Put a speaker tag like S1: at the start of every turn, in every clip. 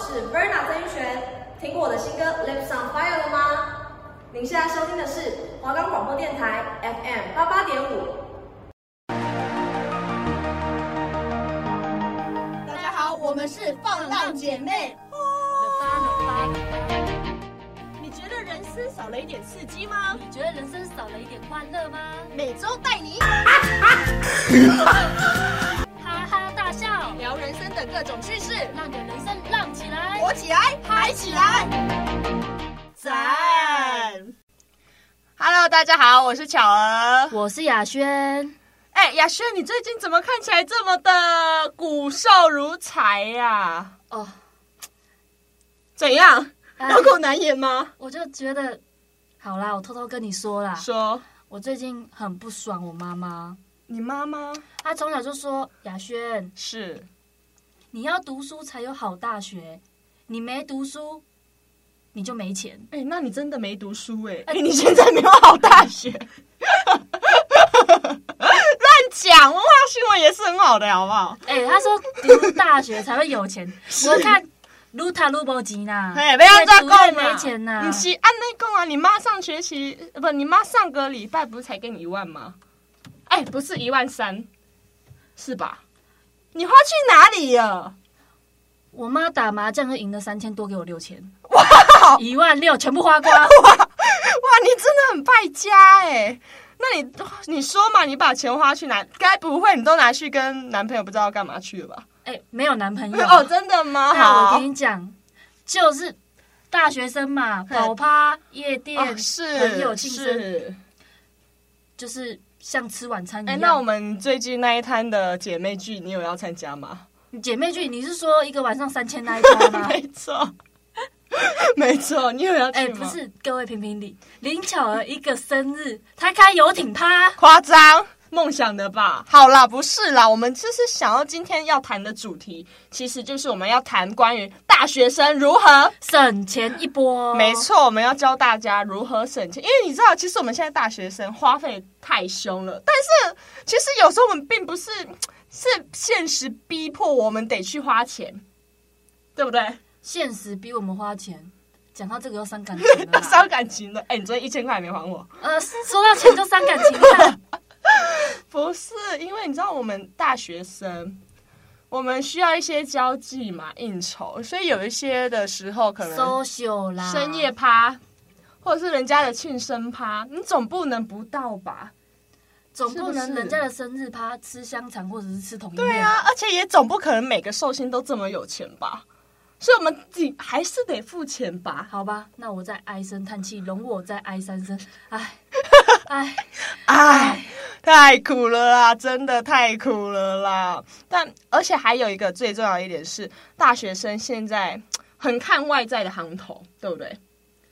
S1: 是 Verna 曾玉璇。听过我的新歌《Lips on Fire》了吗？您现在收听的是华冈广播电台 FM 八八点五。
S2: 大家好，我们是放浪姐妹。你觉得人生少了一点刺激吗？
S3: 你觉得人生少了一点欢乐吗？
S2: 每周带你
S3: 哈哈大笑，
S2: 聊人生的各种趣事，
S3: 让你的人生浪起来。
S2: 火起来，嗨起来，赞！Hello，大家好，我是巧儿。
S3: 我是雅轩，
S4: 哎，雅轩，你最近怎么看起来这么的骨瘦如柴呀、
S3: 哦，
S4: 怎 样？
S3: 哎
S4: 有口难言吗？
S3: 我就觉得，好啦，我偷偷跟你说
S2: 啊
S3: 啦，
S4: 说
S3: 我最近很不爽我妈妈，
S4: 你妈妈
S3: 她从小就说雅轩，
S4: 是
S3: 你要读书才有好大学，你没读书，你就没 钱。
S4: 哎、那你真的没读书哎、哎
S3: 哎
S4: 你现在没有好大 学，乱讲，文化新闻也是很好的，好不好？
S3: 哎、她说读大学才会 有钱，我看。撸塔撸波吉呐，
S4: 哎，不要再
S3: 越读越
S4: 讲
S3: 没钱呐、
S4: 你是按内供啊？你妈上学期呃不，你妈上个礼拜不是才给你一万吗？哎，不是一万三，是吧？你花去哪里了？
S3: 我妈打麻将就赢了三千多，给我六千，哇，一万六全部 花光。
S4: 哇，你真的很败家哎、那你你说嘛，你把钱花去哪？该不会你都拿去跟男朋友不知道干嘛去了吧？
S3: 哎、没有男朋友
S4: 哦，真的吗？
S3: 那我
S4: 好
S3: 跟，你讲，就是大学生嘛，
S4: 嘿
S3: 跑趴、夜店、
S4: 哦、是
S3: 很有庆生，
S4: 是。
S3: 就是像吃晚餐一
S4: 哎、
S3: 样。
S4: 嗯那我们最近那一摊的姐妹剧，你有要参加吗？
S3: 姐妹剧，你是说一个晚上三千那一桌吗？
S4: 没错，没错，你有要去
S3: 哎、
S4: 吗？
S3: 不是，各位评评理，林巧儿一个生日，她开游艇趴，
S4: 夸张。梦想的吧，好啦，不是啦，我们就是想要今天要谈的主题，其实就是我们要谈关于大学生如何，
S3: 省钱一波。
S4: 没，错，我们要教大家如何省钱，因为你知道，其实我们现在大学生花费太凶了，但是其实有时候我们并不是是现实逼迫我们得去花钱，对不对？
S3: 现实逼我们花钱。讲到这个又伤感情了
S4: 要
S3: 啦，
S4: 伤感情的，哎、你昨天一千块还没还我，
S3: 呃，说到钱就伤感情了。
S4: 不是，因为你知道我们大学生，我们需要一些交际嘛，应酬，所以有一些的时候可能
S3: social 啦，
S4: 深夜趴，或者是人家的庆生趴，你总不能不到吧？
S3: 总
S4: 是
S3: 不能
S4: 不是
S3: 人家的生日趴吃香肠或者是吃统一面
S4: 对啊，而且也总不可能每个寿星都这么有钱吧？所以我们自己还是得付钱吧？
S3: 好吧，那我再唉声叹气，容我再唉三声，唉， 唉，
S4: 唉，太苦了啦，真的太苦了啦！但而且还有一个最重要的一点是，大学生现在很看外在的行头，对不对？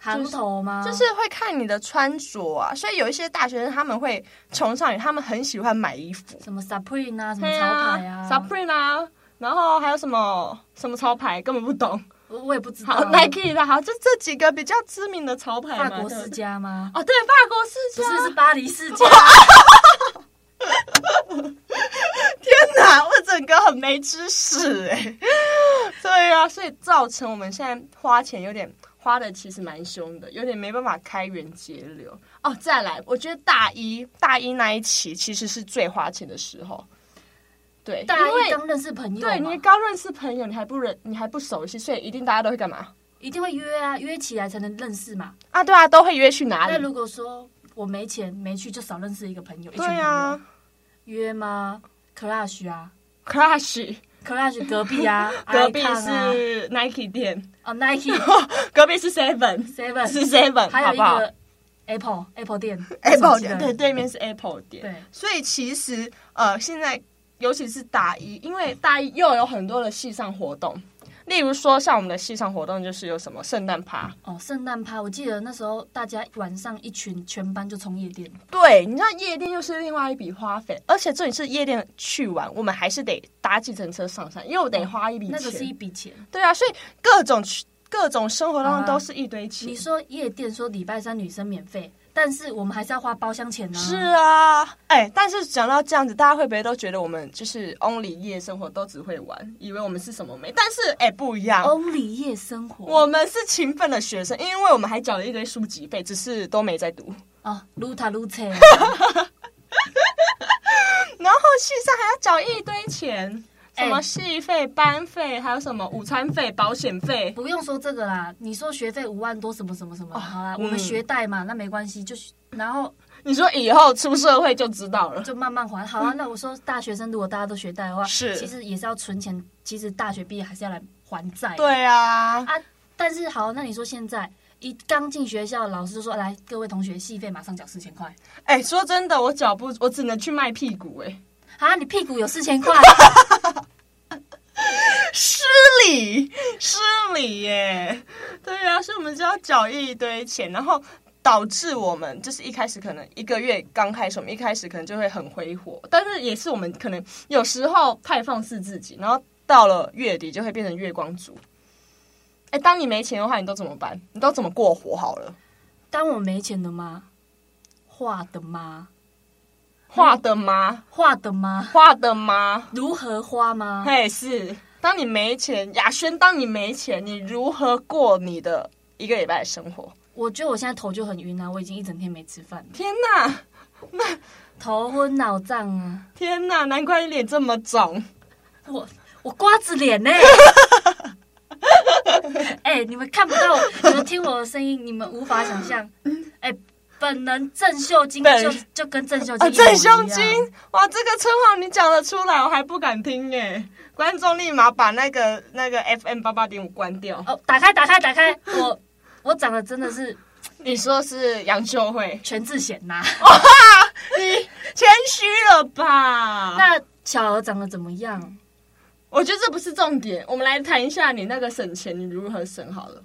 S3: 行头吗？
S4: 嗯就是会看你的穿着啊，所以有一些大学生他们会崇尚于他们很喜欢买衣服，
S3: 什么 Supreme 啊，什么
S4: 对
S3: 潮牌啊
S4: s u p r e m e 啊，然后还有什么什么潮牌根本不懂，
S3: 我我也不知 道
S4: 好 Nike 的，好就这几个比较知名的潮牌嘛，
S3: 嗯法国世
S4: 对
S3: 家吗？
S4: 哦，对，法国世
S3: 不
S4: 家，
S3: 是，是巴黎世家。
S4: 啊天哪，啊我整个很没知识哎、 对啊，所以造成我们现在花钱有点花的其实蛮凶的，有点没办法开源节流哦。再来，我觉得大一大一那一期其实是最花钱的时候，对，
S3: 大
S4: 因
S3: 一
S4: 为
S3: 刚认识朋友嘛，
S4: 对你刚认识朋友，你还不认，你还不熟悉，所以一定大家都会干嘛
S3: 一定会约啊，约起来才能认识嘛。
S4: 啊？对啊，都会约去哪
S3: 那
S4: 里？
S3: 如果说我没钱没去，就少认识一个朋友，一群
S4: 对
S3: 朋
S4: 啊
S3: 友约吗？Clash 啊
S4: ，Crush
S3: ，Clash 隔壁啊，
S4: 隔壁
S3: Icon 啊
S4: 是 Nike 店，
S3: 哦 Nike
S4: 隔壁是 Seven，
S3: Seven
S4: 是 Seven，
S3: 还有一
S4: 好不好
S3: 个 Apple Apple 店
S4: Apple
S3: 手机的啊
S4: 店，对，对面是 Apple 店。
S3: 对
S4: 所以其实呃，现在尤其是大一，因为大一又有很多的系上活动，例如说像我们的系上活动就是有什么圣诞趴，
S3: 哦，圣诞趴，我记得那时候大家晚上一群全班就冲夜店，
S4: 对，你知道夜店又是另外一笔花费，而且这里是夜店去玩，我们还是得搭计程车上山，又得花一笔
S3: 哦那
S4: 钱。
S3: 个是一笔钱。
S4: 对啊，所以各种去各种生活当
S3: 啊
S4: 中都是一堆钱。
S3: 你说夜店说礼拜三女生免费，但是我们还是要花包厢钱呢、
S4: 是啊，哎、但是讲到这样子，大家会不会都觉得我们就是 only 夜生活都只会玩，以为我们是什么没？但是哎、不一样。
S3: ，Only 夜生活。
S4: 我们是勤奋的学生，因为我们还缴了一堆书籍费，只是都没在读。
S3: 啊，撸塔撸车，
S4: 然后系上还要缴一堆钱，什么
S3: 哎
S4: 戏费、班费，还有什么午餐费、保险费。
S3: 不用说这个啦。你说学费五万多，什么什么什么，好啦，
S4: 嗯
S3: 我们学贷嘛，那没关系，就然后
S4: 你说以后出社会就知道了。
S3: 就慢慢还。好啊，那我说大学生如果大家都学贷的话，
S4: 嗯是
S3: 其实也是要存钱，其实大学毕业还是要来还债。
S4: 对啊，
S3: 啊，但是好，那你说现在一刚进学校，老师就说来各位同学，戏费马上缴四千块
S4: 哎、说真的，我缴不，我只能去卖屁股、
S3: 啊，你屁股有四 千块，
S4: 哎，失礼，失礼耶、对啊，所以我们就要缴一堆钱，然后。导致我们就是一开始可能一个月刚开始，我们一开始可能就会很挥霍，但是也是我们可能有时候太放肆自己，然后到了月底就会变成月光族。哎、当你没钱的话，你都怎么办？你都怎么过活好了？
S3: 当我没钱的吗？画的吗？
S4: 花的吗？
S3: 画的吗？
S4: 花的吗？
S3: 如何花吗？
S4: 嘿，是，当你没钱，雅轩，当你没钱，你如何过你的一个礼拜的生活？
S3: 我觉得我现在头就很晕啊，我已经一整天没吃饭了，
S4: 天哪，
S3: 头昏脑胀啊，
S4: 天哪，难怪你脸这么肿。
S3: 我我瓜子 脸呢、哎、你们看不到，你们听我的声音，你们无法想象。哎、本人郑秀晶
S4: 嗯本
S3: 就就跟郑秀晶
S4: 啊，
S3: 一模一样、
S4: 郑胸襟，哇，这个称号你讲得出来，我还不敢听耶。观众立马把那个那个 FM 八八点五关掉。
S3: 哦，打开，打开，打开！我我长得真的是
S4: 你说是杨秀慧，
S3: 全智贤呐、
S4: 哦你谦虚了吧？
S3: 那巧儿长得怎么样？
S4: 我觉得这不是重点，我们来谈一下你那个省钱，你如何省好了？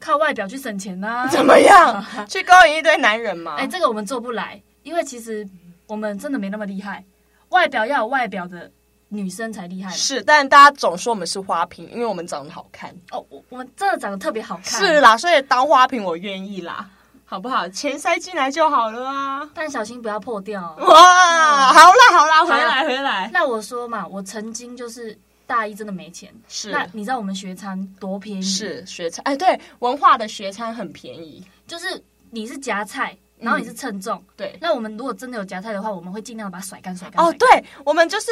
S3: 靠外表去省钱呐、
S4: 怎么 样？去勾引一堆男人吗？
S3: 哎、这个我们做不来，因为其实我们真的没那么厉害。外表要有外表的女生才厉害嘛。
S4: 是，但大家总说我们是花瓶，因为我们长得好看。
S3: 哦，我我们真的长得特别好看。
S4: 是。啦，所以当花瓶我愿意啦，好不好？钱塞进来就好了啊！
S3: 但小心不要破掉 哦、
S4: 哇，好啦好啦，回来回来，
S3: 那我说嘛，我曾经就是大一真的没钱。
S4: 是
S3: 那你知道我们学餐多便宜？，
S4: 嗯是学餐，哎，对，文化的学餐很便宜，
S3: 就是你是夹菜，然后你是称重。
S4: 嗯对，
S3: 那我们如果真的有夹菜的话，我们会尽量把它甩干甩干。
S4: 哦，
S3: 甩干
S4: 对，我们就是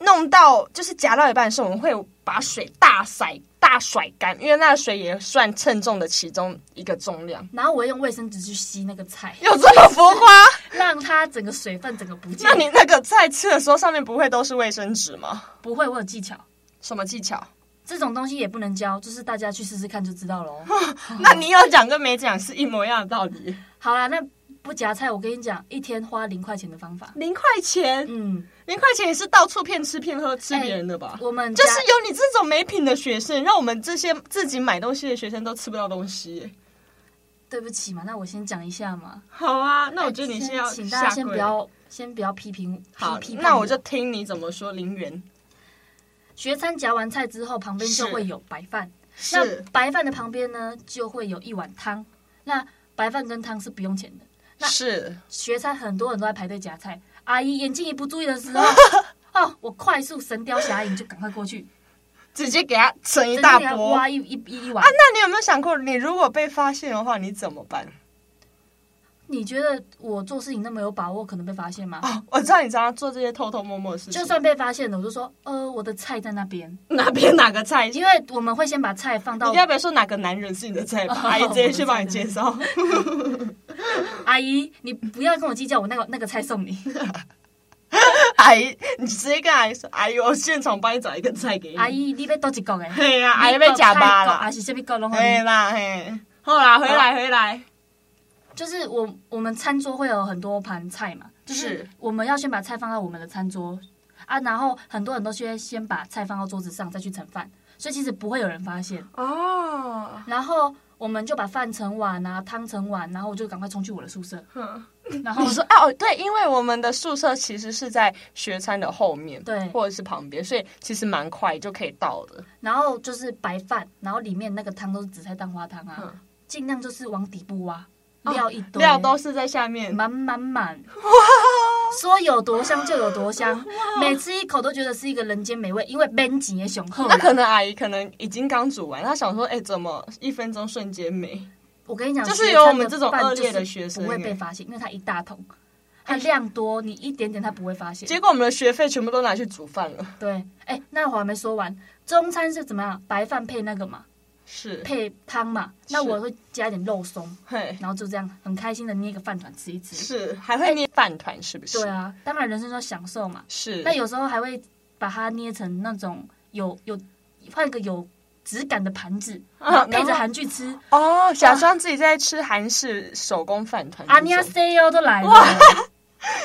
S4: 弄到就是夹到一半的时候，我们会把水大甩大甩干，因为那个水也算称重的其中一个重量。
S3: 然后我会用卫生纸去吸那个 菜，
S4: 有这么浮夸？
S3: 让它整个水分整个不见
S4: 那。你那个菜吃的时候，上面不会都是卫生纸吗？
S3: 不会，我有技巧，
S4: 什么技巧？
S3: 这种东西也不能教，就是大家去试试看就知道喽。
S4: 那你有讲跟没讲是一模一样的道理。
S3: 好啦，那不夹菜，我跟你讲，一天花零块钱的方法。
S4: 零块钱，
S3: 嗯，
S4: 零块钱也是到处骗吃骗喝吃别人的吧？
S3: 我们
S4: 就
S3: 家
S4: 是有你这种没品的学生，让我们这些自己买东西的学生都吃不到东西。
S3: 对不起嘛，那我先讲一下嘛。
S4: 好啊，那我觉得你先要
S3: 哎请大家
S4: 下
S3: 先
S4: 跪
S3: 不要先不要批评
S4: 好
S3: 批批，判
S4: 那
S3: 我
S4: 我就听你怎么说。零元
S3: 学餐夹完菜之后，旁边就是会有白饭。那白饭的旁边呢，就会有一碗汤。那白饭跟汤是不用钱的。那
S4: 是
S3: 学餐很多人都在排队夹菜，阿姨眼睛一不注意的 时候，哦，我快速神雕侠影就赶快过去，
S4: 直接给他盛一
S3: 真
S4: 大
S3: 的要
S4: 波啊！
S3: 挖一一一一碗。
S4: 那你有没有想过，你如果被发现的话，你怎么办？
S3: 你觉得我做事情那么有把握，可能被发 现吗？
S4: 哦，我知道你常常做这些偷偷摸摸的事情，
S3: 就算被发现了，我就说，呃，我的菜在那边，
S4: 哪边哪个菜，
S3: 因为我们会先把菜放到
S4: 你该不会说哪个男人是你的 菜吧？
S3: 哦
S4: 阿姨直接去帮你介 绍。
S3: 阿姨，你不要跟我计较，我那个那个菜送你。
S4: 嗯阿姨，你直接跟阿姨说，阿姨，我现场帮你找一个菜给你。
S3: 阿，姨，你被多几个 哎，
S4: 嘿呀、阿姨被假巴
S3: 还
S4: 啦，
S3: 是这边够拢给
S4: 嘿
S3: 哦你
S4: 啦嘿，后来回来回来，
S3: 就是我我们餐桌会有很多盘菜嘛，就是
S4: 是
S3: 我们要先把菜放到我们的餐桌啊，然后很多人都先先把菜放到桌子上再去盛饭，所以其实不会有人发 现。
S4: 哦，
S3: 然后我们就把饭盛完啊，汤盛完，然后我就赶快冲去我的宿舍，
S4: 嗯
S3: 然后
S4: 我说哦，对，因为我们的宿舍其实是在学餐的后面，
S3: 对
S4: 或者是旁边，所以其实蛮快就可以到的。
S3: 然后就是白饭，然后里面那个汤都是紫菜蛋花汤啊
S4: 嗯，
S3: 尽量就是往底部挖。料一堆，
S4: 哦料都是在下面。
S3: 满满满，说有多香就有多香，每吃一口都觉得是一个人间美味，因为边境也雄厚。
S4: 那可能阿姨可能已经刚煮完，她想说，哎、怎么一分钟瞬间没？
S3: 我跟你讲，
S4: 就是
S3: 学
S4: 有
S3: 餐
S4: 我们
S3: 的
S4: 这种
S3: 饭
S4: 恶
S3: 就
S4: 劣的
S3: 是
S4: 学生
S3: 不会被
S4: 欸
S3: 发现，因为它一大桶，它量多，你一点点它不会发现。
S4: 结果我们的学费全部都拿去煮饭了。
S3: 对，哎、那我还没说完，中餐是怎么样？白饭配那个嘛，
S4: 是，
S3: 配汤嘛，那
S4: 是
S3: 我会加一点肉松，
S4: 嘿，
S3: 然后就这样很开心的捏一个饭团吃一吃。
S4: 是，还会捏饭团，是不是？
S3: 对，啊，当然人生要享受嘛。
S4: 是。
S3: 那有时候还会把它捏成那种有有换一个有质感的盘子， 嗯
S4: 啊
S3: 然后配
S4: 然后
S3: 着韩剧吃。
S4: 哦，假装自己在吃韩式手工饭团那
S3: 阿
S4: 种，
S3: 尼亚 C O 都来了，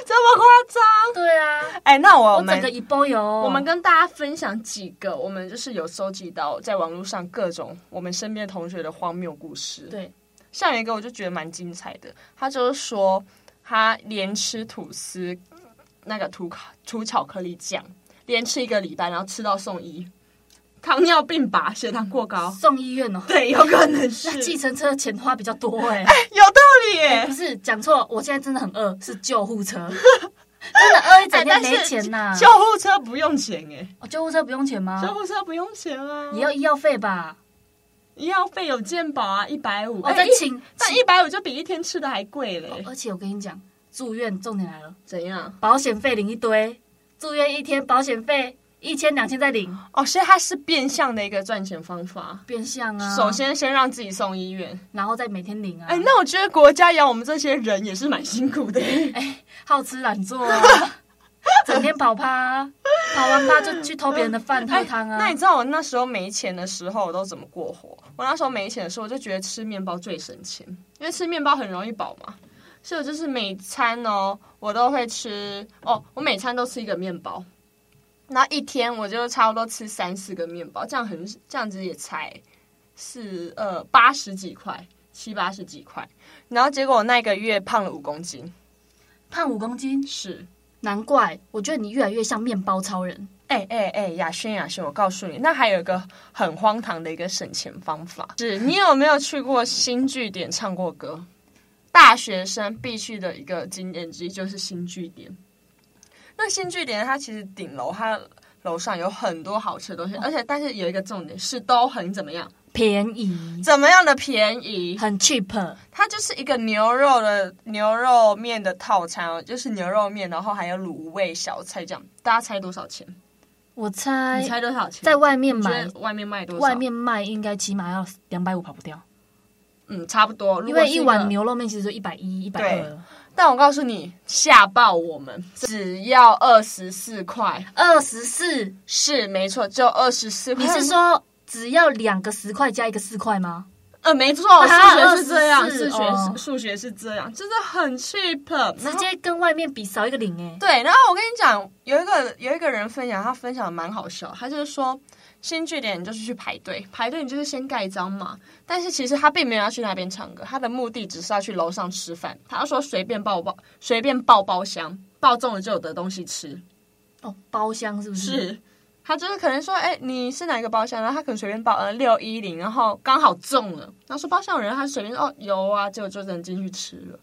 S4: 这么夸张？
S3: 对啊，
S4: 哎，那我
S3: 我整个
S4: 们
S3: 一包油。
S4: 我们跟大家分享几个，我们就是有收集到在网络上各种我们身边同学的荒谬故事。，
S3: 对
S4: 像有一个我就觉得蛮精彩的，他就是说他连吃吐司，那个涂烤涂巧克力酱，连吃一个礼拜，然后吃到送医，糖尿病吧，血糖过高。
S3: 送医院哦，
S4: 对，有可能是
S3: 那 计程车的钱花比较多哎、
S4: 有道理耶
S3: 不。是讲错，我现在真的很饿，是救护车， 真的饿一整天
S4: 哎但是
S3: 没钱呐、
S4: 救护车不用钱哎，
S3: 哦救护车不用钱吗
S4: 救？护车不用钱啊，
S3: 也要医药费吧？
S4: 医药费有健保啊，一百五。
S3: 哦，
S4: 哎
S3: 再
S4: 一
S3: 请，
S4: 但一百五就比一天吃的还贵嘞。
S3: 而且我跟你讲，住院重点来了，
S4: 怎样？
S3: 保险费领一堆，住院一天保险费一千两千再领，
S4: 哦，所以它是变相的一个赚钱方法。
S3: 变相啊。
S4: 首，先，先让自己送医院。
S3: 然后再每天领啊。
S4: 哎，那我觉得国家养我们这些人也是蛮辛苦的。
S3: 好吃懒做啊， 整天跑趴啊，跑完趴就去偷别人的饭喝汤啊。
S4: 哎那你知道我那时候没钱的时候我都怎么过活？我那时候没钱的时候，我就觉得吃面包最省钱，因为吃面包很容易饱嘛。所以我就是每餐哦，我都会吃哦，我每餐都吃一个面包，然后一天我就差不多吃三四个面包，这样很这样子也才四呃八十几块，七八十几块。然后结果我那个月胖了五公斤，
S3: 胖五公斤，
S4: 是。
S3: 难怪我觉得你越来越像面包超人。
S4: 哎哎哎，雅轩雅轩，我告诉你，那还有一个很荒唐的一个省钱方法，是你有没有去过新据点唱过歌？大学生必去的一个景点之一就是新据点。那新据点它其实顶楼它楼上有很多好吃的东西，而且但是有一个重点是都很怎么样，
S3: 便宜，
S4: 怎么样的便宜，
S3: 很 cheap，
S4: 它就是一个牛肉的牛肉面的套餐哦，就是牛肉面，然后还有卤味小菜这样，大家猜多少钱？
S3: 我猜
S4: 你猜多少钱？
S3: 在外面
S4: 你觉
S3: 买
S4: 得，外面卖多少？
S3: 外面卖应该起码要两百五跑不掉，
S4: 嗯，差不多。如
S3: 因
S4: 果
S3: 为
S4: 是
S3: 一
S4: 个
S3: 碗，牛肉面其实就一百一、一百二，
S4: 但我告诉你，吓爆我们， 只要二十四块，
S3: 二十四。
S4: 是没错，就二十四块。
S3: 你是说只要两个十块加一个四块吗？
S4: 呃，没错，数
S3: 啊
S4: 学是这样，
S3: 24
S4: 数学
S3: 哦
S4: 是数学是这样，真的很 cheap，然
S3: 直
S4: 后
S3: 接跟外面比少一个零哎、
S4: 对，然后我跟你讲，有一个有一个人分享，他分享的蛮好笑，他就是说，新据点你就是去排队，排队你就是先盖章嘛，但是其实他并没有要去那边唱歌，他的目的只是要去楼上吃饭，他说随便抱包，随便抱包厢，抱中了就有的东西吃，
S3: 哦，包厢是不是？
S4: 是。他就是可能说，哎、你是哪一个包厢？然后他可能随便报，呃，六一零，然后刚好中了。然后说包厢有人，他随便说，哦，有啊，结果就能进去吃了。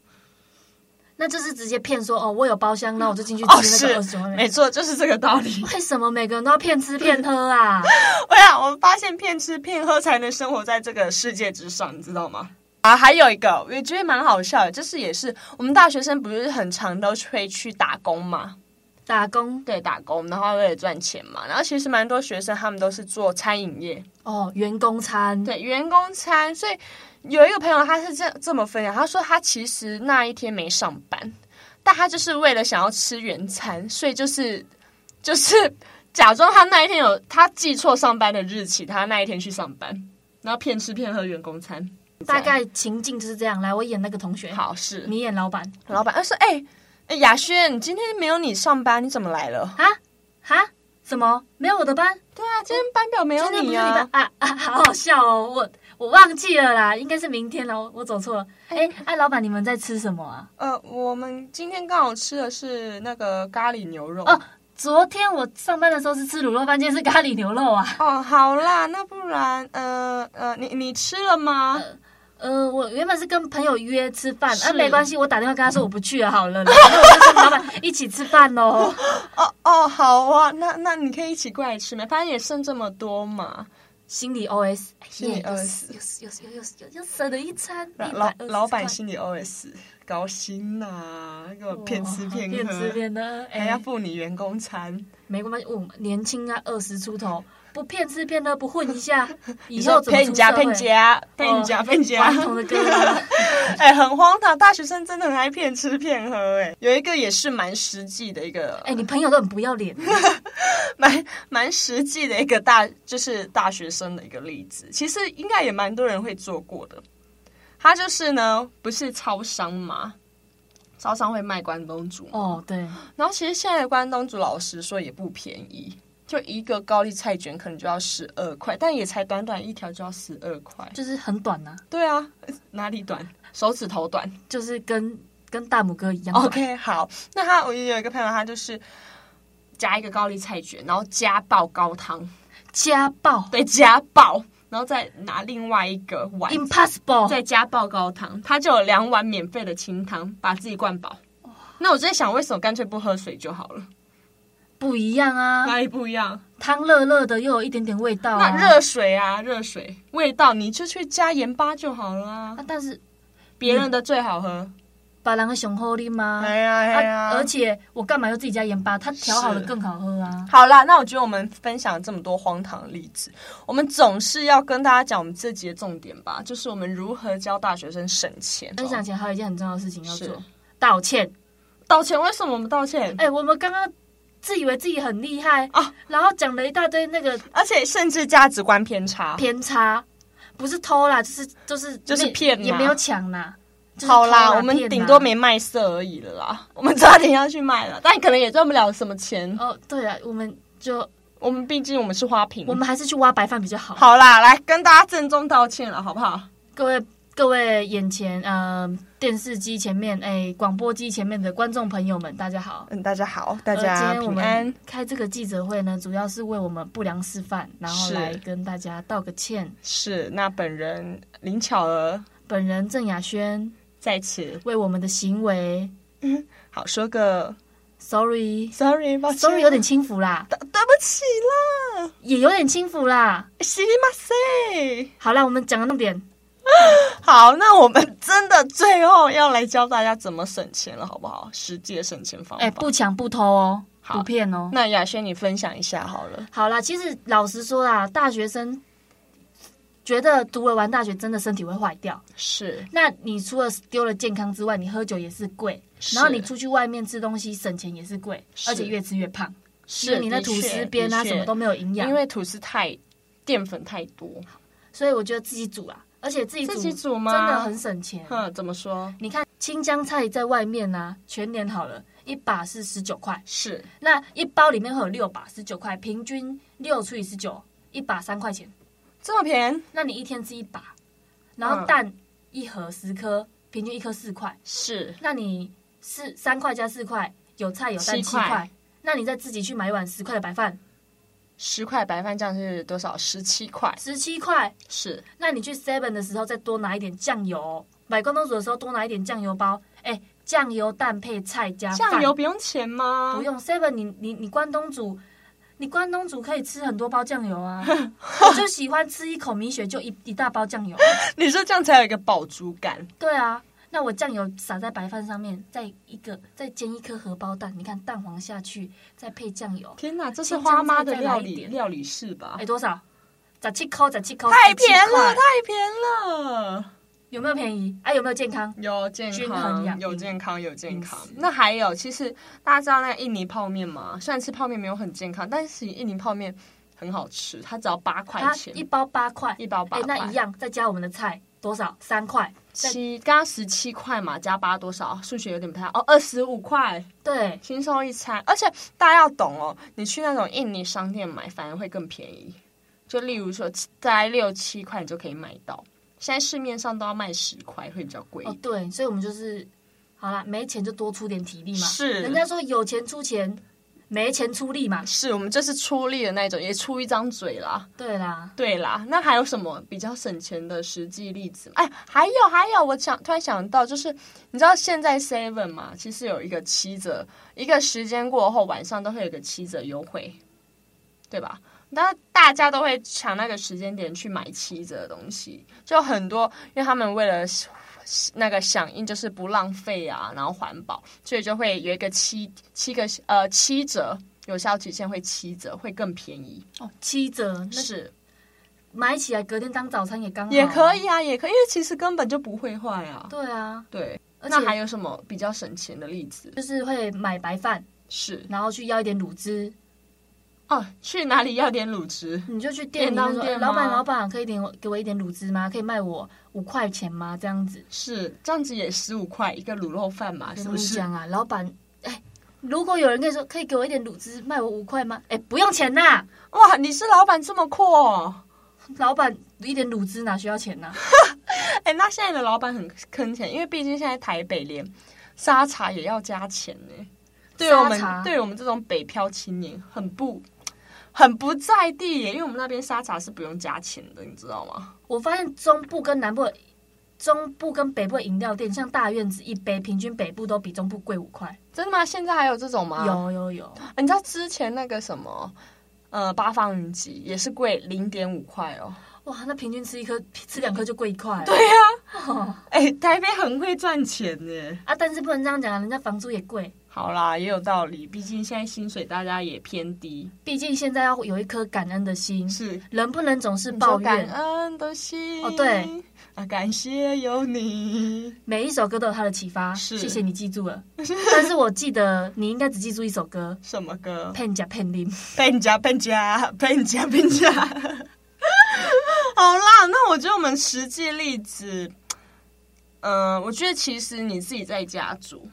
S3: 那就是直接骗说哦，我有包厢， 那我就进去
S4: 哦，
S3: 吃那个二十
S4: 是，
S3: 块
S4: 没
S3: 面。
S4: 错，就是这个道理。
S3: 为什么每个人都要骗吃骗喝 啊？
S4: 我想，哎我们发现骗吃骗喝才能生活在这个世界之上，你知道吗？啊，还有一个我也觉得蛮好笑的，就是也是我们大学生不是很常都会去打工嘛，
S3: 打工
S4: 对，打工，然后为了赚钱嘛，然后其实蛮多学生他们都是做餐饮业，
S3: 哦，员工餐，
S4: 对，员工餐，所以有一个朋友他是这这么分享，他说他其实那一天没上班，但他就是为了想要吃原餐，所以就是就是假装他那一天有他记错上班的日期，他那一天去上班，然后骗吃骗喝员工餐，
S3: 大概情境就是这样。来，我演那个同学，
S4: 好是
S3: 你演老板
S4: 老板，他说哎。哎雅轩，今天没有你上班，你怎么来了？
S3: 啊哈？什么？没有我的班？
S4: 对啊，今天班表没有
S3: 今天不
S4: 你
S3: 是你
S4: 啊
S3: 班。啊 啊！好好笑哦，我我忘记了啦，应该是明天哦，我走错了。哎、哎、老板，你们在吃什么啊？
S4: 呃，我们今天刚好吃的是那个咖喱牛肉。
S3: 哦昨天我上班的时候是吃卤肉饭，今天是咖喱牛肉啊。
S4: 哦，好啦，那不然，呃呃，你你吃了吗？
S3: 呃，我原本是跟朋友约吃饭，
S4: 是
S3: 啊，没关系，我打电话跟他说我不去了，好了，然后我就跟老板一起吃饭哦。
S4: 哦哦，好啊，那那你可以一起过来吃嘛，反正也剩这么多嘛。
S3: 心理 OS，
S4: 心里
S3: 哎呀
S4: OS
S3: 又是又是又是又是又又省了一餐，
S4: 老
S3: 120
S4: 老老板
S3: 块
S4: 心里 OS 高薪呐、给我骗吃
S3: 哇
S4: 骗
S3: 骗吃
S4: 喝，
S3: 骗喝，哎
S4: 还要付你员工餐，
S3: 没关系，我们年轻啊，二十出头，不骗吃骗喝，不混一下，以
S4: 说
S3: 后怎么
S4: 骗你家
S3: 出社
S4: 骗
S3: 会？
S4: 家骗你 家骗
S3: 顽
S4: 家，
S3: 童的歌啦，
S4: 哎、很荒唐，大学生真的很爱骗吃骗喝、哎，有一个也是蛮实际的一个，
S3: 哎，你朋友都很不要脸，
S4: 蛮蛮实际的一个大，就是大学生的一个例子。其实应该也蛮多人会做过的。他就是呢，不是超商嘛，超商会卖关东煮，
S3: 哦，对，
S4: 然后其实现在的关东煮，老实说也不便宜。就一个高丽菜卷可能就要十二块，但也才短短一条就要十二块。
S3: 就是很短呐，
S4: 对啊，哪里短？手指头短。
S3: 就是跟跟大拇哥一样短
S4: OK，好，那他我有一个朋友，他就是加一个高丽菜卷，然后加爆高汤，
S3: 家暴
S4: 对，加爆，然后再拿另外一个碗，
S3: ，impossible，
S4: 再加爆高汤，他就有两碗免费的清汤，把自己灌饱。那我就在想，为什么干脆不喝水就好了？
S3: 不一样啊，
S4: 哪里不一样？
S3: 汤热热的，又有一点点味道啊
S4: 那热水啊，热水味道你就去加盐巴就好了啊
S3: 啊，，但是
S4: 别人的最好喝。
S3: 把人的熊喝的吗？
S4: 哎呀
S3: 啊而且我干嘛要自己加盐巴？它调好了
S4: 是
S3: 更好喝啊。
S4: 好啦，那我觉得我们分享这么多荒唐的例子，我们总是要跟大家讲我们这集的重点吧，就是我们如何教大学生省钱。
S3: 分享前还有一件很重要的事情要
S4: 是
S3: 做，道歉。
S4: 道歉，为什么我们道歉？
S3: 哎、我们刚刚自以为自己很厉害
S4: 啊
S3: 啊，然后讲了一大堆那个
S4: 而且甚至价值观偏差。
S3: 偏差，不是偷啦，就是就是
S4: 就是
S3: 没
S4: 骗啦
S3: 也没有抢啦。就是
S4: 好啦，
S3: 偷
S4: 我们
S3: 骗
S4: 顶
S3: 啦
S4: 多没卖色而已了啦， 我们差点要去卖了，但可能也赚不了什么钱。
S3: 哦，对啊，我们就
S4: 我们毕竟我们是花瓶。
S3: 我们还是去挖白饭比较好。
S4: 好啦，来跟大家郑重道歉了，好不好？
S3: 各位各位眼前呃电视机前面哎广播机前面的观众朋友们，大家好。
S4: 嗯，大家好，大
S3: 呃今
S4: 家
S3: 天我
S4: 平
S3: 们
S4: 安。
S3: 开这个记者会呢，主要是为我们不良示范，然后
S4: 是
S3: 来跟大家道个歉。
S4: 是，那本人林巧儿
S3: 本人郑雅轩
S4: 在此，
S3: 为我们的行为
S4: 好说个
S3: ，sorry。
S4: sorry，抱歉
S3: sorry 有点轻浮啦，
S4: 对对不起啦，
S3: 也有点轻浮啦。
S4: 西里马塞。
S3: 好啦，我们讲个重点，
S4: 好，那我们真的最后要来教大家怎么省钱了，好不好？实际的省钱方法。
S3: 哎、不抢不偷哦，
S4: 好
S3: 不骗哦。
S4: 那雅轩你分享一下好了。
S3: 好啦，其实老实说啦，大学生觉得读了完大学真的身体会坏掉。
S4: 是
S3: 那你除了丢了健康之外，你喝酒也是贵，
S4: 是
S3: 然后你出去外面吃东西省钱也是贵，
S4: 是
S3: 而且越吃越胖。因
S4: 是，
S3: 为你那
S4: 的
S3: 吐
S4: 确
S3: 司边啊
S4: 的
S3: 什
S4: 确
S3: 么都没有营养
S4: 因，为吐司太淀粉太多。
S3: 所以我觉得自己煮啦，而且自己煮
S4: 自己煮吗
S3: 真的很省钱。
S4: 哼，怎么说？
S3: 你看青江菜在外面呢、全年好了，一把是十九块，
S4: 是
S3: 那一包里面会有六把，十九块，平均六除以十九，一把三块钱。
S4: 这么便宜？
S3: 那你一天吃一把，然后
S4: 嗯
S3: 蛋一盒十颗，平均一颗四块，
S4: 是
S3: 那你是三块加四块，有菜有蛋
S4: 七
S3: 七
S4: 块
S3: 块，那你再自己去买一碗十块的白饭，
S4: 十块白饭酱是多少？十七块。
S3: 十七块。
S4: 是
S3: 那你去 Seven 的时候再多拿一点酱油，买关东煮的时候多拿一点酱油包，哎，酱油蛋配菜加饭
S4: 酱油不用钱吗？
S3: 不用 Seven，你你你关东煮，你关东煮可以吃很多包酱油 啊，我就喜欢吃一口米血就一一大包酱油。
S4: 你说这样才有一个饱足感。
S3: 对啊，那我酱油撒在白饭上面，再一个再煎一颗荷包蛋，你看蛋黄下去，再配酱油，
S4: 天哪，这是花妈的料理
S3: 青江菜再来一点
S4: 料理是吧
S3: 哎、？多少？十七扣，十七扣，
S4: 太便宜
S3: 17块
S4: 了，太便宜了。
S3: 有没有便宜？哎、有没有健康？
S4: 有健
S3: 均衡
S4: 康，
S3: 养
S4: 有
S3: 饮
S4: 健康，有健康
S3: 饮食。
S4: 那还有，其实大家知道那个印尼泡面吗？虽然吃泡面没有很健康，但是印尼泡面很好吃，它只要八块
S3: 它
S4: 钱，
S3: 一包八块，
S4: 一包八
S3: 哎、
S4: 块。
S3: 那一样，再加我们的菜多少？三块。再
S4: 七，刚刚十七块嘛，加八多少？数学有点不太好哦，二十五块，
S3: 对，
S4: 轻松一餐。而且大家要懂哦，你去那种印尼商店买，反而会更便宜。就例如说，大概六七块你就可以买到。现在市面上都要卖十块，会比较贵一
S3: 哦
S4: 点。
S3: 对，所以我们就是好啦，没钱就多出点体力嘛。
S4: 是
S3: 人家说有钱出钱，没钱出力嘛。
S4: 是我们这是出力的那种，也出一张嘴啦。
S3: 对啦，
S4: 对啦，那还有什么比较省钱的实际例子吗？哎，还有还有，我想突然想到，就是你知道现在 Seven 嘛，其实有一个七折，一个时间过后晚上都会有个七折优惠，对吧？那大家都会抢那个时间点去买七折的东西，就很多，因为他们为了那个响应就是不浪费啊，然后环保，所以就会有一个七七个呃七折，有效期限会七折，会更便宜。
S3: 哦，七折，那
S4: 是
S3: 买起来隔天当早餐也刚好、
S4: 也可。以啊，也可以，因为其实根本就不会坏啊。
S3: 对啊，
S4: 对，
S3: 而
S4: 那还
S3: 且
S4: 有什么比较省钱的例子？
S3: 就是会买白饭，
S4: 是
S3: 然后去要一点卤汁，
S4: 哦，去哪里要点卤汁？
S3: 你就去
S4: 便
S3: 店里
S4: 当
S3: 面说，
S4: 店
S3: 老板
S4: 吗
S3: 老板可以点我给我一点卤汁吗？可以卖我五块钱吗？这样子。
S4: 是这样子也十五块一个卤肉饭嘛，是不
S3: 怎么
S4: 是？
S3: 讲啊？老板，哎，如果有人跟你说可以给我一点卤汁，卖我五块吗？哎，不用钱呐、
S4: 哇，你是老板这么酷哦！
S3: 老板一点卤汁哪需要钱呐、
S4: 哎、那现在的老板很坑钱，因为毕竟现在台北连沙茶也要加钱呢、对于我
S3: 沙
S4: 们
S3: 茶
S4: 对于我们这种北漂青年很不很不在地耶，因为我们那边沙茶是不用加钱的，你知道吗？
S3: 我发现中部跟南部的，中部跟北部的饮料店，像大院子一杯，平均北部都比中部贵五块。
S4: 真的吗？现在还有这种吗？
S3: 有有有，
S4: 哎，你知道之前那个什么，呃，八方云集也是贵零点五块哦。
S3: 哇，那平均吃一颗吃两颗就贵一块。
S4: 对啊呀、哎、台北很会赚钱呢。
S3: 啊，但是不能这样讲啊，人家房租也贵。
S4: 好啦，也有道理，毕竟现在薪水大家也偏低，
S3: 毕竟现在要有一颗感恩的心，
S4: 是
S3: 人不能总是抱
S4: 嗯说感
S3: 怨。
S4: 恩的心。
S3: 哦对
S4: 啊，感谢有你。
S3: 每一首歌都有它的启发，
S4: 是
S3: 谢谢你记住了。 但是我记得你应该只记住一首歌，
S4: 什么 歌？
S3: 骗假骗林。
S4: 笨家笨家笨家笨家。 好啦，那我觉得我们实际例子，嗯、我觉得其实你自己在家煮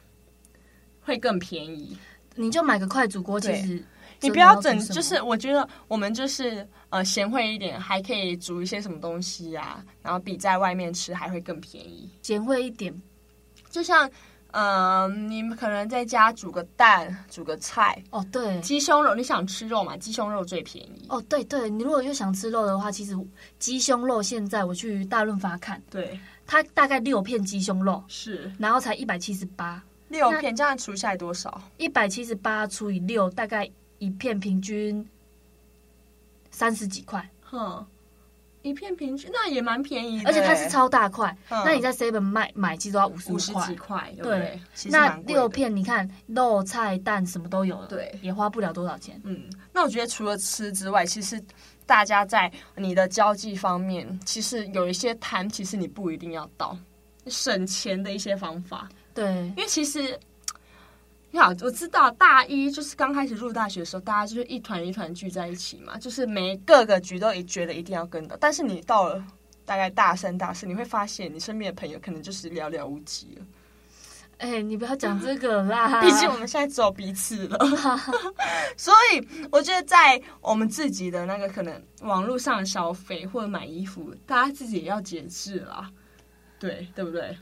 S4: 会更便宜。
S3: 你就买个快煮锅，其
S4: 对
S3: 实
S4: 你
S3: 真
S4: 不
S3: 的要
S4: 要
S3: 煮
S4: 整，
S3: 什么
S4: 就是我觉得我们就是呃贤惠一点，还可以煮一些什么东西啊，然后比在外面吃还会更便宜。
S3: 贤惠一点。
S4: 就像嗯、呃你们可能在家煮个蛋，煮个菜，
S3: 哦，对，
S4: 鸡胸肉，你想吃肉嘛？鸡胸肉最便宜。
S3: 哦，对对，你如果又想吃肉的话，其实鸡胸肉现在我去大润发看，
S4: 对，
S3: 它大概六片鸡胸肉，
S4: 是
S3: 然后才一百七十八，
S4: 六片，这样除下来多少？
S3: 一百七十八除以六，大概一片平均三十几块，
S4: 哼，一片平均那也蛮便宜的，
S3: 而且它是，超大块，
S4: 嗯
S3: 欸那你在 Seven 卖买其实都要五十
S4: 五十
S3: 块
S4: 几。块，对不
S3: 对
S4: 对？其实
S3: 那
S4: 蛮贵的
S3: 六，片，你看肉、菜、蛋什么都有了，
S4: 对
S3: 也花不了多少钱。
S4: 嗯，那我觉得除了吃之外，其实大家在你的交际方面，其实有一些摊，其实你不一定要到省钱的一些方法，
S3: 对，
S4: 因为其实。你好，我知道大一就是刚开始入大学的时候，大家就是一团一团聚在一起嘛，就是每各个局都也觉得一定要跟到。但是你到了大概大三、大四，你会发现你身边的朋友可能就是寥寥无几了。
S3: 哎、你不要讲这个啦，
S4: 毕竟我们现在只有彼此 了，所以我觉得在我们自己的那个可能网络上消费或者买衣服，大家自己也要节制啦，对对不对？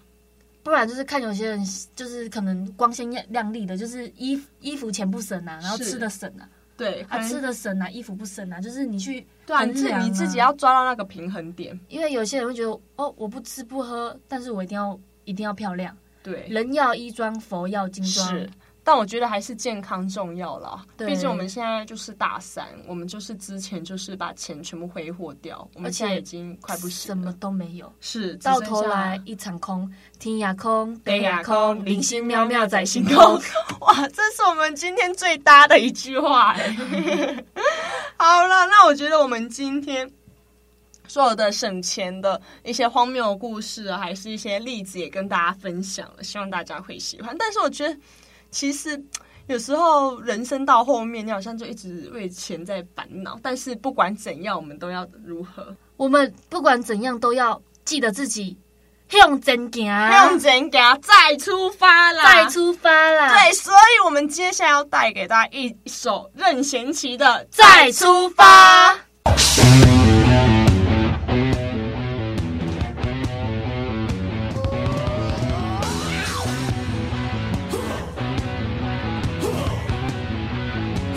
S3: 不然就是看有些人就是可能光鲜亮亮丽的，就是衣服衣服钱不省啊，然后
S4: 是
S3: 吃的省啊，
S4: 对，可
S3: 啊
S4: 能
S3: 吃的省啊，衣服不省啊，就是你去
S4: 对啊，
S3: 衡
S4: 你自
S3: 量啊
S4: 你自己要，抓到那个平衡点，
S3: 因为有些人会觉得哦，我不吃不喝，但是我一定要一定要漂亮，
S4: 对，
S3: 人要衣装，佛要金装
S4: 是，。但我觉得还是健康重要啦，
S3: 对
S4: 毕竟我们现在就是大三，我们就是之前就是把钱全部挥霍掉，我们
S3: 而且
S4: 现在已经快不行
S3: 什
S4: 了，
S3: 么都没有，
S4: 是
S3: 到头来一场空，天也空，地也空，零星渺渺在星空。
S4: 哇， 这是我们今天最搭的一句话哎。 好了，那我觉得我们今天所有的省钱的一些荒谬的故事啊，还是一些例子也跟大家分享了，希望大家会喜欢。但是我觉得其实。有时候人生到后面，你好像就一直为钱在烦恼。但是不管怎样，我们都要如何？
S3: 我们不管怎样都要记得自己向前行，啊
S4: 让钱给它再啊出发啦！
S3: 再出发啦！
S4: 对，所以我们接下来要带给大家一首任贤齐的《
S3: 再出发。
S5: Whoa,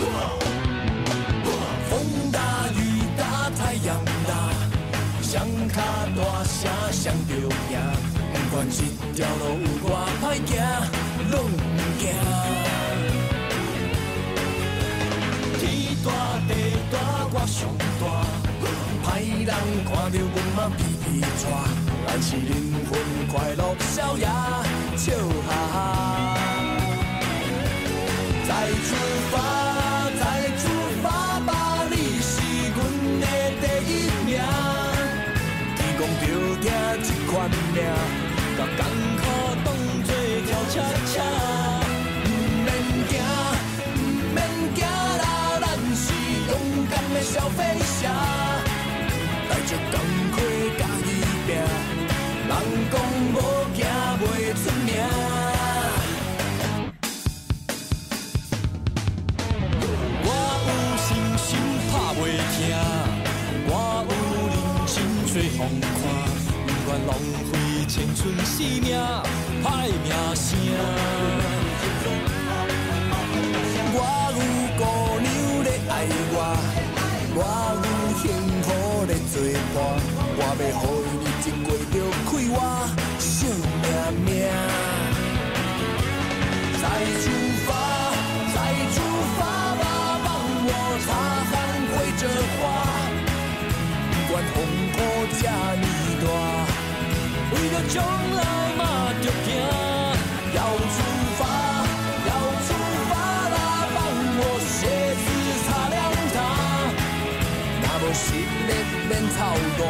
S5: 条路有外歹行，拢毋行。天大地大，我上大，歹人看着阮嘛皮皮喘，但是人份快乐逍遥，笑哈哈。再出发，再出发吧，你是阮的第一名。天公着听这款命，甲艰苦当作跳恰恰。毋免惊，毋免惊啦，咱是勇敢的小飞侠。带着工课甲伊拼，人讲无行袂出名。我有信心打袂停，我有人生做风看，不愿浪费青春生命，歹名声。我有姑娘咧爱我，我有幸福咧作伴，我要予日子过着快活，惜命命。再出发，再出发吧，帮我擦汗挥着花。不管风波这么大，为了将来嘛着行。要出发，要出发啦，帮我鞋子擦亮它。若无实力免操蛋，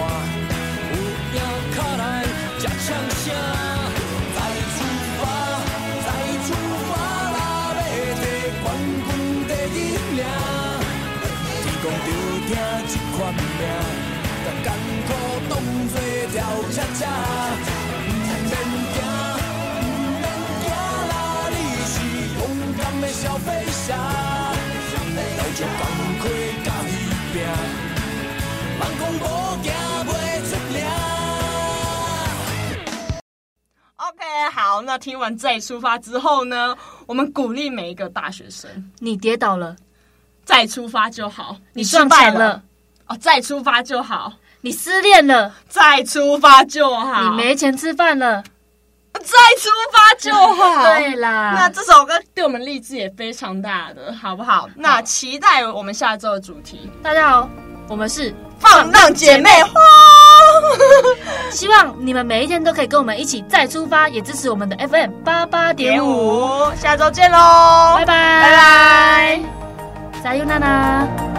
S5: 有影较来吃呛声。再出发，再出发啦！要摕冠军第一名。天公着听这款命，甲艰苦当作跳恰恰。毋免惊，毋免惊啦！你是勇敢的小飞侠，带着工课甲伊拼，人讲无惊袂出名。
S4: OK，好，那听完再出发之后呢，我们鼓励每一个大学生
S3: 你跌倒了，
S4: 再出发就好，
S3: 你
S4: 失
S3: 撞
S4: 败
S3: 墙了，
S4: 哦，再出发就好，
S3: 你失恋了，
S4: 再出发就好，
S3: 你没钱吃饭了，
S4: 再出发就 好，
S3: 对
S4: 那
S3: 啦，
S4: 这首歌对我们励志也非常大的，好不好？那期待我们下周的主题
S3: 大家好，我们是
S4: 放浪姐妹 花。
S3: 希望你们每一天都可以跟我们一起再出发，也支持我们的 FM 八八点
S4: 点
S3: 五，
S4: 五，下周见喽，
S3: 拜拜
S4: 拜拜。
S3: 拜，撒尤娜娜。